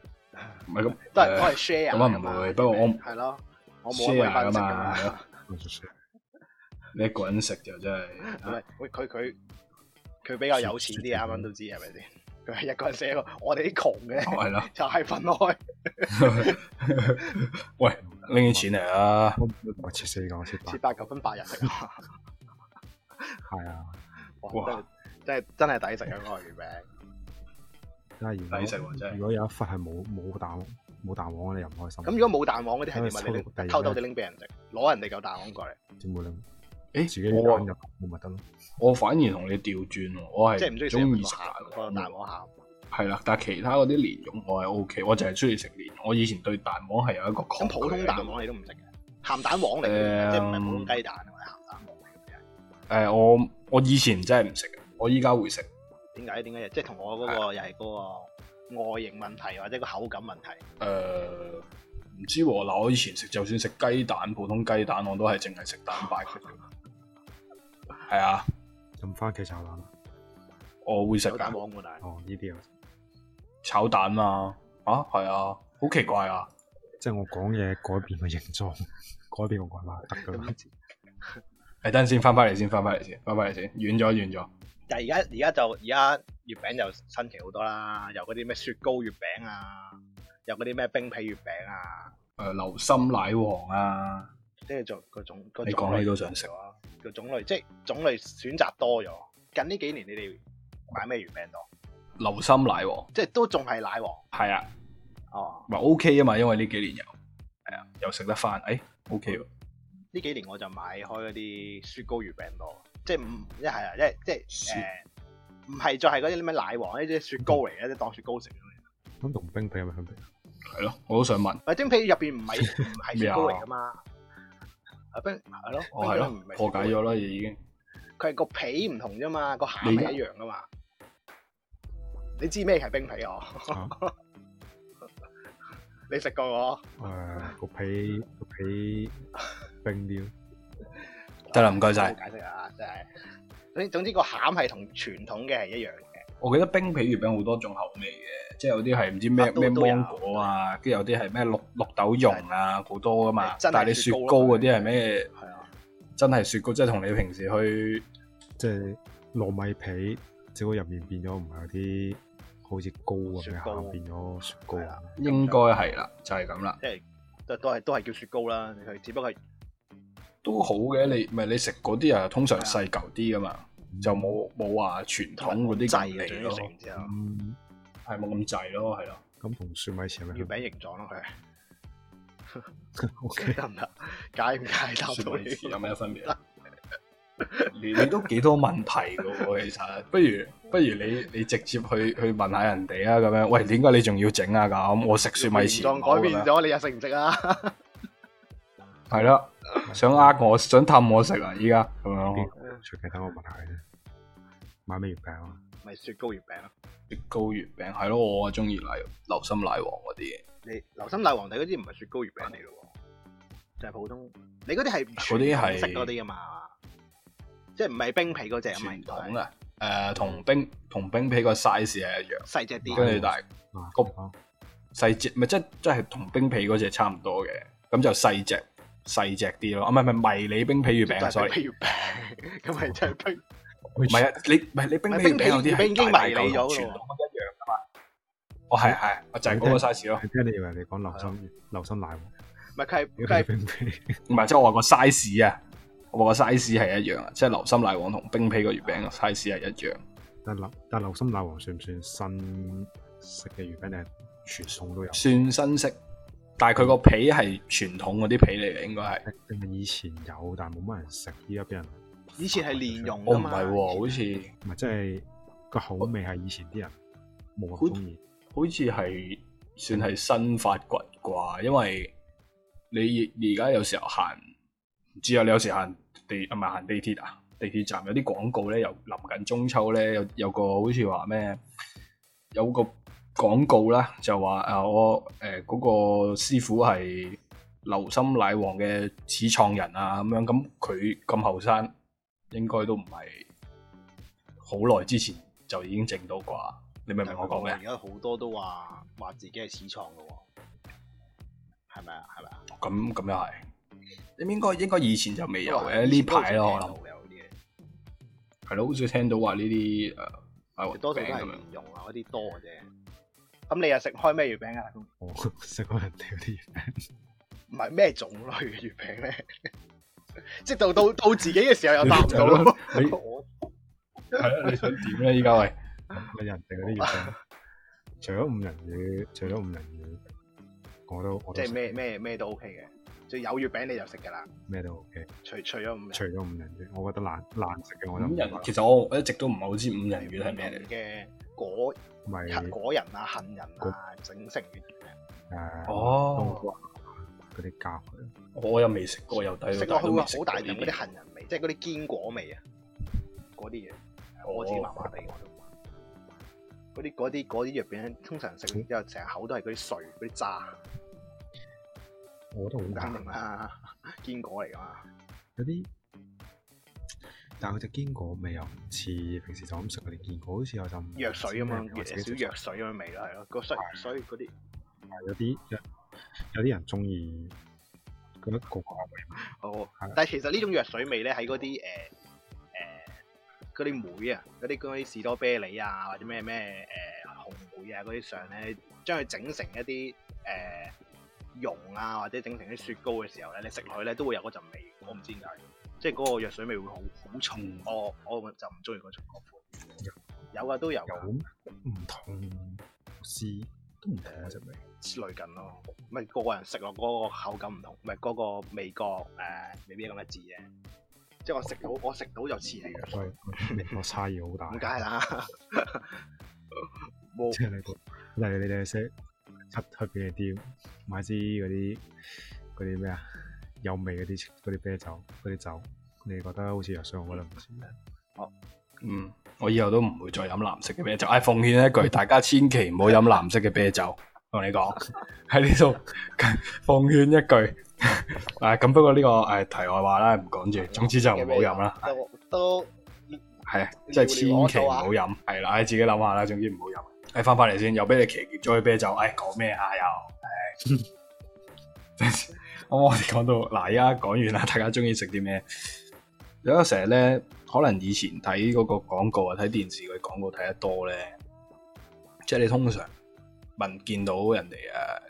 唔係咁
都係
誒
都係 share
咁啊唔會不過我
係咯，我冇一個
share 㗎
人食
嘛係
㗎
咯
嘛。
我就算
你一個人食就真係
喂喂，佢佢佢比較有錢啲，
*laughs*
啱啱都知係咪先？佢係一個人食一個，我哋啲窮嘅
哦 *laughs*
*laughs*
係啦。
就係分開。
喂，拎啲錢嚟啊！
我我切四個，我切八
切，八九分八日食啊！
係啊，
哇
哇，
真係真係真係抵食啊！嗰個月餅，
但係如果
抵食喎真係
如果有一忽係冇冇蛋冇蛋黃，你又唔開心。
咁如果冇蛋黃嗰啲係點啊？
收第二
你偷偷
日
地拎俾人食，攞人哋嚿蛋黃過嚟，
點會咧？
誒、
自己揀
啊
我啊
入冇咪得咯？
我反而同你調轉喎，我
即係唔中意食
係中意
個
食蛋
餡個
黃
蛋黃餡。
係啦，但係其他嗰啲蓮蓉我係 O K，我就係中意食蓮蓉。我以前對蛋黃係有一個
咁
抗拒
普通蛋黃你都唔食嘅，鹹蛋黃嚟嘅，
誒嗯
即係唔係普通雞蛋啊？係鹹蛋黃嚟嘅啫。
誒、呃我我以前真係唔食嘅，我依家會食。誒、
點解？點解？即係同我嗰
啊
個又係嗰個外形問題或者個口感問題。
呃唔知喎，嗱，我以前食就算食雞蛋，普通雞蛋我都係淨係食蛋白質嘅。係啊，
咁番茄炒蛋啊
我會食
有蛋
㗎
黃喎，但係
哦，呢啲啊，
炒蛋嘛。啊，係啊，好奇怪啊！
即係我講嘢改變個形狀， *laughs* 改變個外貌得㗎啦。
誒，等陣先，翻返嚟先，翻返嚟先，翻返嚟先，遠咗，遠咗。
但係而家而家就而家月餅就新奇好多啦，有嗰啲咩雪糕月餅啊，有嗰啲咩冰皮月餅啊，
誒、流心奶黃啊，
即係做個種個
你
種
講
類
起都想食啊！
個種類，即係種類選擇多咗。近呢幾年你哋買咩月餅多？
流心奶黃
即係都仲係奶黃
係啊，
哦。
咪 OK 啊嘛，因為呢幾年有係啊，又食得翻，誒 OK 喎，
呢幾年我就買開嗰啲雪糕月餅多，即係唔一係啊，即係即係誒
雪，
唔係再係嗰啲咩奶黃呢啲雪糕嚟嘅，即係當雪糕食。
咁同冰皮有咩分別？
係咯，我都想問，
喂，蒸皮入邊唔
*laughs*
係唔係雪糕嚟噶嘛？啊冰係咯，
哦我係
冰皮唔
咯
係，
破解
雪糕
咗啦已經。
嚟，佢係個皮唔同啫嘛，個餡
你
係一樣噶嘛。你知咩係冰皮哦？
啊
*laughs* 你食過我？
誒個皮個皮冰啲，
得啦唔該晒
冇解釋啊，真係。總之總之個餡係同傳統嘅係一樣嘅。
我記得冰皮月餅好多種口味嘅，即係有啲係唔知咩
啊都
咩
都有
芒果啊，跟住有啲係咩綠綠豆蓉啊，好多噶嘛。
真係
但係你雪
雪糕啊
糕嗰啲係咩？
係啊，
真係雪糕，即係同你平時去
即係糯米皮，只不過入面變咗唔係嗰啲好似糕咁
雪
樣，
糕啊
下面變咗雪糕
係啦
咁。
應該係啦，就係咁啦，
都都係都係叫雪糕啦，佢只不過係
都好嘅。你唔係你食嗰啲啊，通常細嚿啲噶嘛，
嗯
就冇冇話傳統嗰啲
製
咁
嘅，
嚟
總之啊食
咯，
完之後
嗯
係冇咁滯咯，係咯。
咁同雪米糍有
月
咩分
餅形狀咯，佢
*laughs* 別？OK，
得唔
*laughs*
得？解唔解答
雪
到
米
你？
糍有咩分別？
啊
*laughs* 你你都幾多問題噶喎，其實不如不如你你直接去去問下人哋啊，咁樣喂，點解你仲要整啊？咁我食雪米糍唔好
狀改變
咁樣，
咗，你又食唔食啊？
係啦，想呃我，想氹我食啊，依家咁樣咯
出其他我問下你啫。買咩月餅啊？
咪雪糕月餅咯。
雪糕月餅係咯，我啊中意奶流心奶黃嗰啲嘢，
你流心奶皇帝嗰啲唔係雪糕月餅嚟嘅喎，就係普通。你嗰啲係
嗰啲係
食嗰啲啊嘛，即係唔係冰皮嗰只啊嘛，
傳統啊，誒同冰同冰皮個 size 係一樣，
細只啲。
跟住但係
啊
個
啊
細只，咪即即係同冰皮嗰只差唔多嘅，咁就細只細只啲咯，啊唔係唔係迷你冰皮月餅啊
就係
，sorry。
冰皮月餅，咁咪真係冰。
唔係啊，你唔係你冰皮月餅有啲
冰皮
係
已經
大大嚿
迷你咗
同傳
咯
統嗰一樣噶嘛。哦，係係，我就係嗰個 size 咯。
你聽你以為你講流心流心奶黃，
唔係
*laughs*
佢係
如
佢
果
係
係冰皮，
唔係，即係我話個 size 啊，我話個 size 係一樣啊，即係流心奶黃同冰皮個月餅個 size 係一樣，
但流但流心奶黃算唔算新式嘅月餅定係傳統都有？
算新式，但係佢個皮係傳統嗰啲皮嚟嘅，應該係。
定係以前有，但係冇乜人食，依家俾人
以前係蓮蓉
我
㗎
哦唔
嘛。
係喎，好似
唔係即係個口味係以前啲人冇咁中意。
好似係算係新發掘啩，因為你而而家有時候行唔知啊，你有時行地唔係行地鐵啊，地鐵站有啲廣告咧，又臨緊中秋咧，有有個好似話咩，有個廣告啦，就話啊我誒嗰、個師傅係流心奶黃嘅始創人啊咁樣，咁佢咁後生，應該都唔係好耐之前就已經整到啩，你明唔
但
明
係
我講咩
而？家好多都話話自己係始創嘅喎，係咪啊？係咪啊？
咁咁又係，你應該應該以前就未有嘅，
哦以
呢
前都好少
排咯，我
聽到
諗
有啲嘢
係咯，好少聽到話呢啲誒奶黃
多數都
餅
係 *laughs*
咁樣。
蓮蓉啊嗰啲多嘅啫。
嗯
咁你又食開咩月餅啊？
*laughs* 我食過人哋嗰啲嘢，
唔係咩種類嘅月餅咧？ *laughs* 即係到到到自己嘅時候又答唔到
係咯
咯。
你
我
係啊，你想點咧？依家喂，
咪人哋嗰啲月餅，除咗五仁魚，除咗五仁魚，我都我
即
都
係
食
咩咩咩都 OK 嘅，即係有月餅你就食㗎啦。
咩都 OK，
除除咗五
除咗五仁魚，我覺得難難食嘅我就
五
唔
仁
覺
其實我我一直都唔係好知五仁月係咩嚟嘅。
嘅果
唔係
果仁啊、杏仁啊整成月餅，
誒冬
哦，
瓜呃嗰啲加佢，
我又未食過，由低
食
到
落去會
大都未食
好
過
大
呢
陣
啲
嗰啲杏仁味，即係嗰啲堅果味啊，嗰啲嘢我自己麻麻
哦
地我都。嗰啲嗰啲嗰啲月餅通常食完之後成口都係嗰啲碎嗰啲渣，
我覺
嗯
得好
肯定
*laughs*
難。
啦，堅果嚟㗎嘛。
有啲，但係佢只堅果味又唔似平時就咁食嗰啲堅果，好似有陣
藥水咁啊樣，
我
有
自
少
己
藥水咁嘅味啦，係咯，個水水嗰啲，
有啲有有啲人中意覺得個個味
好
係。
哦但係其實呢種藥水味咧，喺嗰啲誒呃誒嗰啲梅啊，嗰啲嗰啲士多啤梨啊，或者呃咩咩誒紅梅啊嗰啲上咧，將佢整成一啲誒溶啊，或者整成啲雪糕嘅時候咧，你食落去咧都會有嗰陣味，我唔知點解，即係嗰個藥水味會好好重。
嗯
我我就唔中意嗰種嗰款。有啊，都有㗎，
有唔同試都唔同嘅隻味。
類近咯，咪個個人食落嗰個口感唔同，咪嗰個味覺誒、未必咁一致嘅。即係我食到，
哦
我食到就似你嘅， *laughs*
所以我我差異好大。
咁梗係
*laughs*
啦。冇
即係你個，例如你哋識出去便利店買支嗰啲嗰啲咩啊，有味嗰啲嗰啲啤酒嗰啲酒，你覺得好似藥水，我覺得唔似。
嗯，我以後都唔會再飲藍色嘅啤酒。唉、奉勸一句，大家千祈唔好飲藍色嘅啤酒。同你講 *laughs* 喺呢度奉勸一句。 *laughs* 啊，咁不過呢、個誒、題外話啦，唔講住。總之就唔好飲啦，
都都
係啊，即係千祈唔好飲。係啦，唉自己諗下啦。總之唔好飲。唉、翻返嚟先，又俾你騎劫咗啲啤酒。唉、講咩啊又？唉、咁我哋講到嗱，而家講完啦，大家中意食啲咩？有成日咧，可能以前睇嗰個廣告啊，睇電視嘅廣告睇得多咧，即係你通常問見到人哋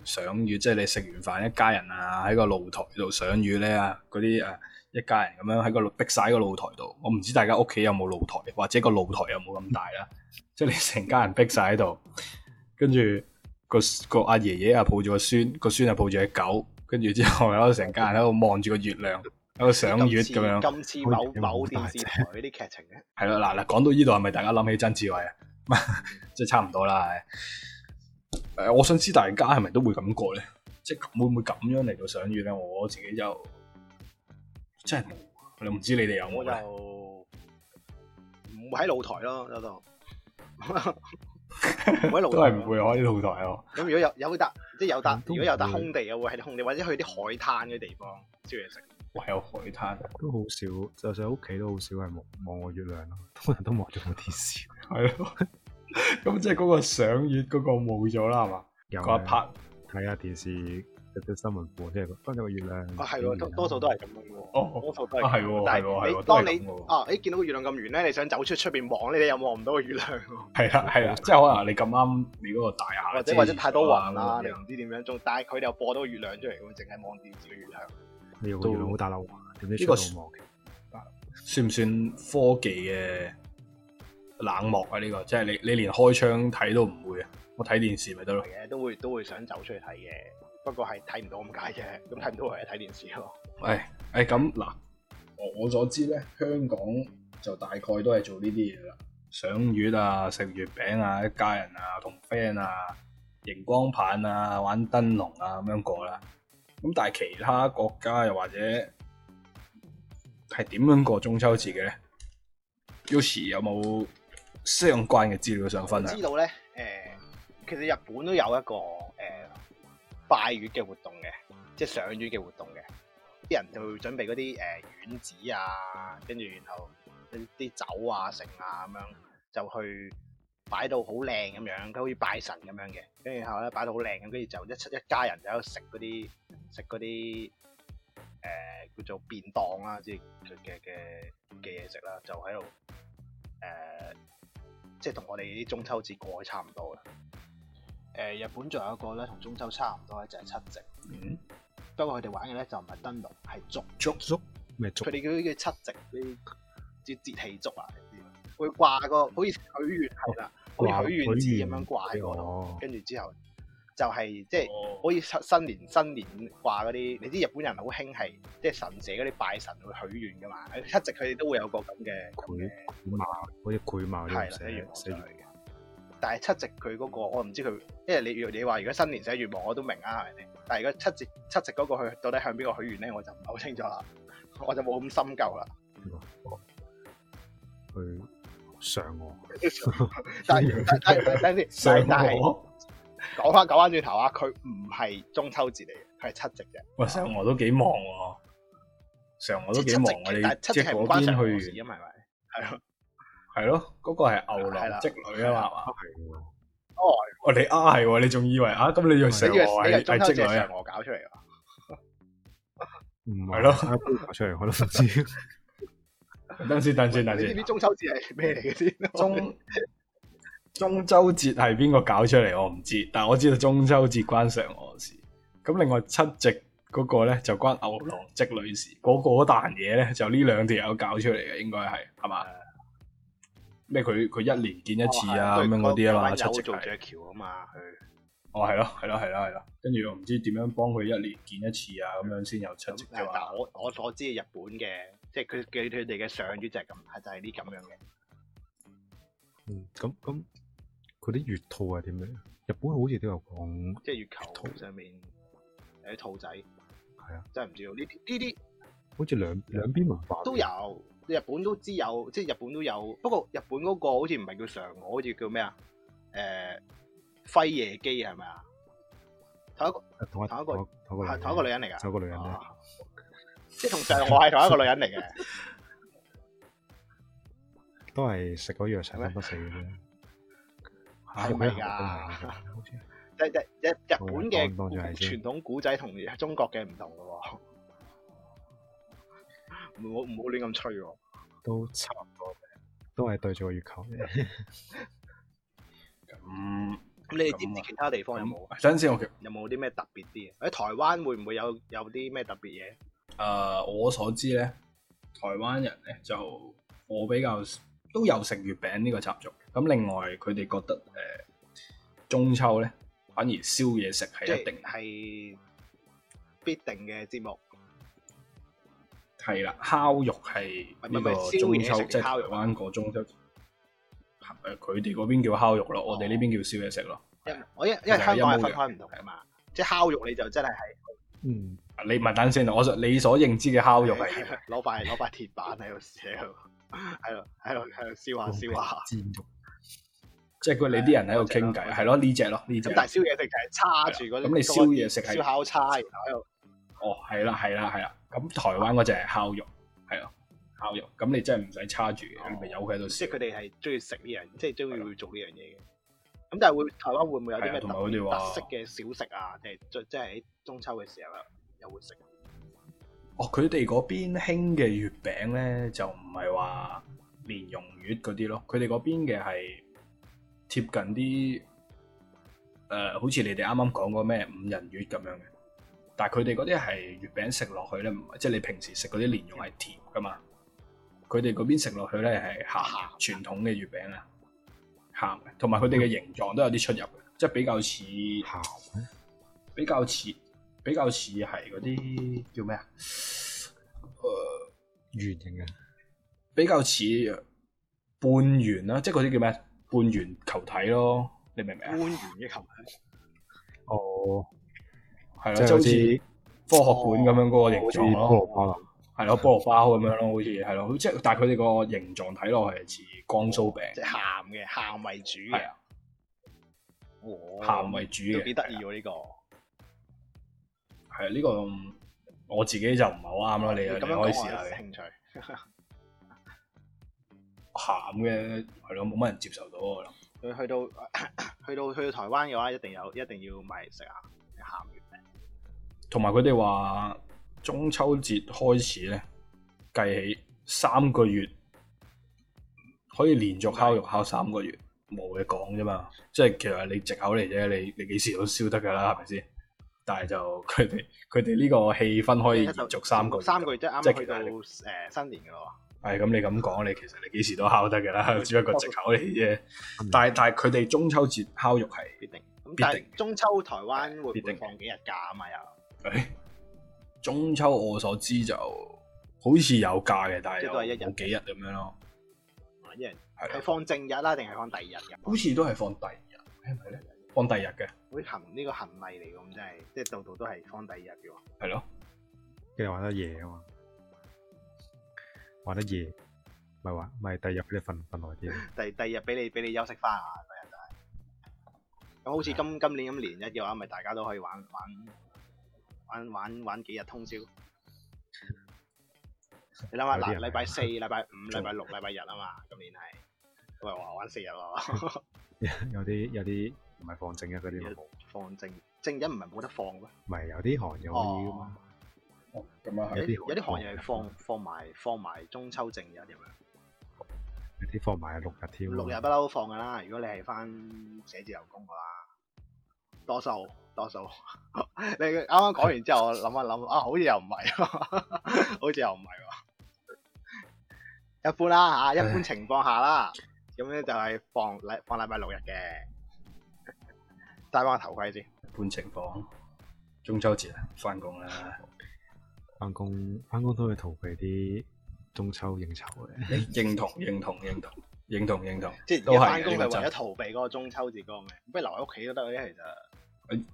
誒賞月，即係你食完飯一家人啊喺個露台度賞月咧啊，嗰啲誒一家人咁樣喺個露逼晒喺個露台度。我唔知大家屋企有冇露台，或者個露台有冇咁大啦。即係你成家人逼晒喺度，跟住個個阿爺爺啊抱住個孫，個孫啊抱住只狗，跟住之後有成家人喺度望住個月亮，喺度賞月咁樣。
今次某某電視台嗰啲劇情嘅，
系啦，嗱嗱，講到呢度係咪大家諗起曾志偉啊？ *laughs* 即係差唔多啦。誒、我想知大家係咪都會咁過咧？即係會唔會咁樣嚟到賞月咧？我自己就真係冇，我唔知你哋有
我
冇
就
咧？
唔會喺露台咯，嗰
*laughs*
度。唔會喺露台
都係唔會嗯開露台喎。
咁如果有有笪即係有笪，
都
如
唔
果
會
有笪空地嘅會喺啲空地，或者去啲海灘嘅地方燒嘢食。
哇，有海灘，
都好少，就算喺屋企都好少係望望我月亮咯，通常都望住部電視。
係咯。 *laughs* 咁即係嗰個賞月嗰個冇咗啦，係嘛？
有
嗰一
嘅
嗯
part，
睇下電視嘅啲新聞播，即係分咗個月亮。
啊，係喎，多多數都係咁樣嘅喎。
嗯哦
多數都係
啊
咁
係
樣。
喎
但係
係喎係喎
你
都係
當你
咁喎
啊，你見到個月亮咁遠咧，你想走出出邊望咧，你又望唔到個月亮喎，
係啦係啦，即係可能你咁啱你嗰個大廈啊
或
遮
者
住
或者太多
咗
雲啦
咁，
你唔
樣
知點樣做。但係佢哋又播到個月亮出嚟，咁淨係望電視嘅月亮。
你個月亮好大漏啊，點知
呢
出
個
到望嘅？
算唔算科技嘅冷漠啊？呢、個即係你你連開窗睇都唔會啊！我睇電視咪得咯。
嘅，都會都會想走出去睇嘅，不過係睇唔到咁解啫，咁睇唔到係睇電視咯。
誒誒咁嗱，我我所知咧，香港就大概都係做呢啲嘢啦，賞月啊、食月餅啊、一家人啊、同 friend 啊、熒光棒啊、玩燈籠啊咁樣過啦。咁但係其他國家又或者係點樣過中秋節嘅咧？Yoshi 有冇相關嘅資料想分享
知？道咧，誒、其實日本都有一個誒、拜月嘅活動嘅，即係賞月嘅活動嘅，啲人就會準備嗰啲誒丸子啊，跟住然後啲啲酒啊、剩啊咁樣，就去擺到好靚咁樣，好似拜神咁樣嘅，跟住然後咧擺到好靚咁，跟住就一出一家人就喺度食嗰啲食嗰啲。誒、叫做便當啦，即係嘅嘅嘅嘅嘢食啦，就喺度誒即係同我哋啲中秋節過去差唔多啦。誒、呃日本仲有一個咧，同中秋差唔多咧，就係、七夕。
嗯
不過佢哋玩嘅咧就唔係燈籠，係竹。
竹竹咩竹
佢？哋嗰啲叫七夕呢啲節節氣竹啊，你知嘛會掛個好似許願係啦，好似哦許願哦紙咁樣掛喺嗰度，
度。
跟住之後就係、即係。
哦
好似新新年新年掛嗰啲，你知日本人好興係即係神社嗰啲拜神會許願噶嘛，七夕佢哋都會有個咁嘅咁嘅
佢馬好似佢馬
係
呢
啦，
寫
寫願望
寫
上去嘅。但係七夕佢嗰個，我唔知佢，因為你你話如果新年寫願望我都明啊，係咪先？但係如果七夕七夕嗰個佢到底向邊個許願咧，我就唔係好清楚啦， *laughs* 我就冇咁深究啦。
佢上我，
但係但但但等陣
*laughs* 上
先，但係
我，
講翻講翻轉頭啊，佢唔係中秋節嚟嘅，佢係七夕嘅。
喂，上我都幾忙喎，上我都幾
七夕
忙
其實
啊！
但係
你
七
即
夕
係
係唔
嗰
關
邊
上
去
我事
完，
啊嘛，係咪？係咯，
係咯，嗰個係
係
牛
啦
郎織女啊嘛係嘛，
係喎
哦，
我你啊係喎，你仲以為啊？咁你以為
你
上
以
我
為你以為
係
中
係
秋節
織
係
女啊
嫦？娥搞出嚟啊？
唔啊
係咯
打杯打出嚟我都唔知。
等先，等先，等
你知唔知
先，
中秋節係咩嚟嘅先？
中中秋節係邊個搞出嚟？我唔知，但我知道中秋節關上我事。咁咁另外七夕嗰個咧就關牛郎織女事，嗰、個嗰單嘢咧就呢兩條友搞出嚟嘅，應該係係嘛？咩佢佢一年 *laughs* 見一次啊咁樣嗰啲啊嘛，七夕
做
係
雀橋啊嘛，佢
哦係咯係咯係咯係咯，跟住我唔知點樣幫佢一年見一次啊咁樣先有七夕
咁
嘅
但
話。
但我我所知嘅日本嘅，即係佢佢佢哋嘅上月就係咁，係就係啲咁樣嘅。
*laughs* 嗯，咁咁佢啲月兔係點樣？日本好似都有講，
即係月
兔
球上面有啲兔仔，
係啊，
真係唔知道呢啲呢啲
好似兩兩邊文化
都有，日本都知有，即係日本都有。不過日本嗰個好似唔係叫嫦娥，好似叫咩啊？誒、輝夜姬係咪啊？同一個
同一
同一個
同一個
係同一個女
人，
人嚟㗎，
同一個女人咧，
啊即係同嫦娥係同一個女人嚟嘅。
都係食咗藥長生不死嘅啫。
係咪㗎？日日日日本嘅
當
古
當住係先
傳統古仔同中國嘅唔同嘅喎，唔好唔好亂咁吹喎。
都差唔多嘅，都係對住個月球嘅。
咁
咁你哋知唔知其他地方有冇
等陣先，我其
有冇啲咩特別啲嘢？喺台灣會唔會有有啲咩特別嘢？
誒、呃我所知咧，台灣人咧就我比較都有食月餅呢個習俗。咁另外佢哋覺得誒、中秋咧，反而宵夜食
即
係一定
係係必定嘅節目，
係啦，烤肉係呢個
唔係唔係宵
中
夜
秋
食
即係台
烤肉啊
灣個中秋。誒佢哋嗰邊叫烤肉
哦
咯，我哋呢邊叫宵夜食咯。
因為我因因為
其實係
香港
一
係
模
分
一樣
開唔同嘅嘛。即係烤肉你就真係係
嗯，
啊你唔係等先，我想你所認知嘅烤肉係點
攞塊攞塊鐵板喺度寫喺度，喺度喺度喺度燒下燒下。
煎肉
即係佢你啲人喺度傾偈，係咯呢只咯呢只
咁。但係宵夜食就係叉住嗰啲
咁你宵夜食係
燒烤叉，然後喺度。
哦，係啦，係啦，係啦。咁台灣嗰只係烤肉，係咯，烤肉。咁你真係唔使叉住嘅，你咪由佢喺度
哦即
食
係佢。哋係中意食呢樣，即係中意會做呢樣嘢嘅。咁但係會台灣會唔會有啲
啊係啊
咩
同埋佢哋
特
話
特色嘅小食啊？即係即即係喺中秋嘅時候又會食。
哦，佢哋嗰邊興嘅月餅咧，就唔係話蓮蓉月嗰啲咯，佢哋嗰邊嘅係貼近啲誒、呃好似你哋啱啱講嗰咩五仁月咁樣嘅。但係佢哋嗰啲係月餅食落去咧，唔係即係你平時食嗰啲蓮蓉係甜噶嘛，佢哋嗰邊食落去咧係鹹嘅傳統嘅月餅啊，鹹嘅，同埋佢哋嘅形狀都有啲出入嘅，即係比較似
鹹嘅
比較似比較似係嗰啲叫咩啊？誒、
圓形嘅，
比較似半圓啦，即係嗰啲叫咩？半圓球體咯，你明唔明
官
啊？
員嘅球
哦，
係
即
啦，即係好
係好
似
似
科學館咁樣嗰個形
好似
狀
菠
咯，
蘿包林
係咯，菠蘿包咁樣咯，好似係咯，即係但係佢哋個形狀睇落去係似江蘇餅，
即係鹹嘅，鹹為主
係
嘅。
啊，
哇
鹹為主
都
嘅
幾，得意喎呢個。
係啊，呢個我自己就唔係好啱啦，你
咁
你
樣
可以
講
試
我
下
有
嘅
興趣。
鹹嘅係咯，冇乜人接受到我諗。
去去到 *coughs* 去到去到台灣嘅話，一定有一定要買嚟食下鹹嘅。
同埋佢哋話中秋節開始咧，計起三個月可以連續烤肉烤三個月，冇嘢講啫嘛。即係其實你藉口嚟啫，你你幾時都燒得㗎啦，係咪先？但係就佢哋佢哋呢個氣氛可以延續三個月。
啊三個月即係啱
即
啱
係其
去
實
到
係
誒新年嘅咯
係咁，你咁講，你其實你幾時都烤得㗎
啊
啦， *laughs* 只不過藉口嚟啫。但係但係佢哋中秋節烤肉係
喎，必定。咁
必定
但係中秋台灣會
必
唔
定
會
嘅
放幾日假啊嘛？又
誒，中秋我所知就好似有假嘅，但係
即
又
係都係一日啊
冇幾日咁樣咯。
一人
係
係
啦，
放正日啦，定係放第二日㗎？
好似都係放第二日，係咪咧？放第二日嘅，
會行呢個行例嚟咁，真係即係度度都係放第二日嘅喎。
係咯。
跟住玩得夜啊嘛，玩得夜，咪玩咪第二日俾你瞓瞓耐啲。啊
第第二日俾你俾你休息翻啊，第日就係咁好似今今年咁連一嘅話，咪大家都可以玩玩玩玩玩幾日通宵。你諗下嗱，
有啲人係
禮拜四、禮 *laughs* 拜五、
做
禮拜六、禮拜日啊嘛，今年係喂話玩四日喎， *laughs*
有啲有啲唔係放正嘅嗰啲，
放正正日唔係冇得放嘅咩？
咪有啲行又可以噶嘛。
哦，咁啊
有
係。
啲
啲
有啲行業係
放
放放埋放埋中秋正日啊咁樣。
有啲放埋六日添。
六日不嬲放噶啦，如果你係翻寫字樓工嘅話，多數多數。你啱啱講完之後，我諗一諗，啊，好似又唔係喎，好似又唔係喎。一般啦嚇，一般情況下啦，咁咧就係放禮放禮拜六日嘅。戴翻個頭盔先，
一般情況，中秋節啊，翻工啦。
翻工翻工都會逃避啲中秋應酬嘅，
你認同認同認同認同認同，
即係
都
而家
係
翻工係
呢個
為
真
咗逃避嗰個中秋節嗰個咩？不如留喺屋企都得嘅，其實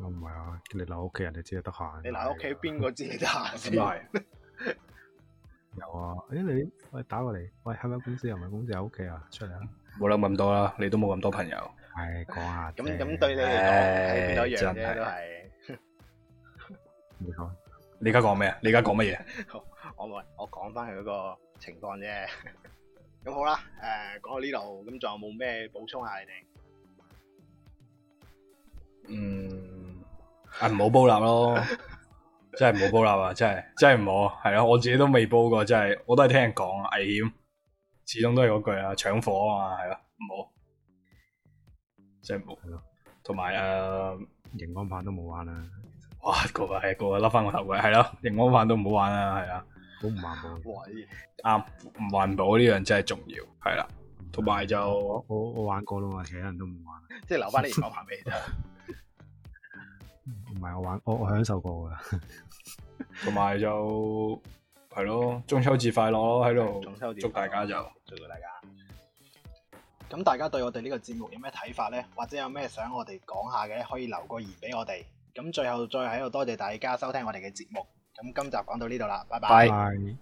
我唔係啊，你留屋企人哋知道得閒。
你留喺屋企邊個知你得閒
啊咁啊都
先？
係
有啊？誒你喂打過嚟，喂喺咪公司又唔係公司喺屋企啊？出嚟啊！
冇諗咁多啦，你都冇咁多朋友。
係講下
咁
啫
咁對你嚟講係變咗一樣啫，都係。
你講
你而家講咩啊？你而家講乜嘢？
我咪我講翻佢嗰個情況啫。 *laughs* 咁好啦，誒、講到呢度，咁仲有冇咩補充下你哋？
嗯，啊唔好煲蠟咯，真係唔好煲蠟啊！真係真係唔好，係咯，我自己都未煲過，真係我都係聽人講啊，危險，始終都係嗰句啊，搶火啊嘛，係咯，唔好，真係唔好
係咯。
同埋誒，呃
熒光棒都冇玩啦，
哇，個個係個個笠翻個頭盔，係咯，熒光棒都唔好玩啦，係啊。
好唔環保。
喂，
啱，唔環保呢樣真係重要，係啦，同埋就
我我我玩過啦嘛，其他人都唔玩。
即係留翻啲熒光棒俾你啫。
唔係我玩，我我享受過噶。
同埋就係咯，中秋節快樂咯喺
中
度，
秋節
祝大家就
祝大家。咁大家對我哋呢個節目有咩睇法呢？或者有咩想我哋講下嘅咧，可以留個言俾我哋。咁最後再喺度多謝大家收聽我哋嘅節目。咁今集講到呢度啦，拜拜。
拜。
係。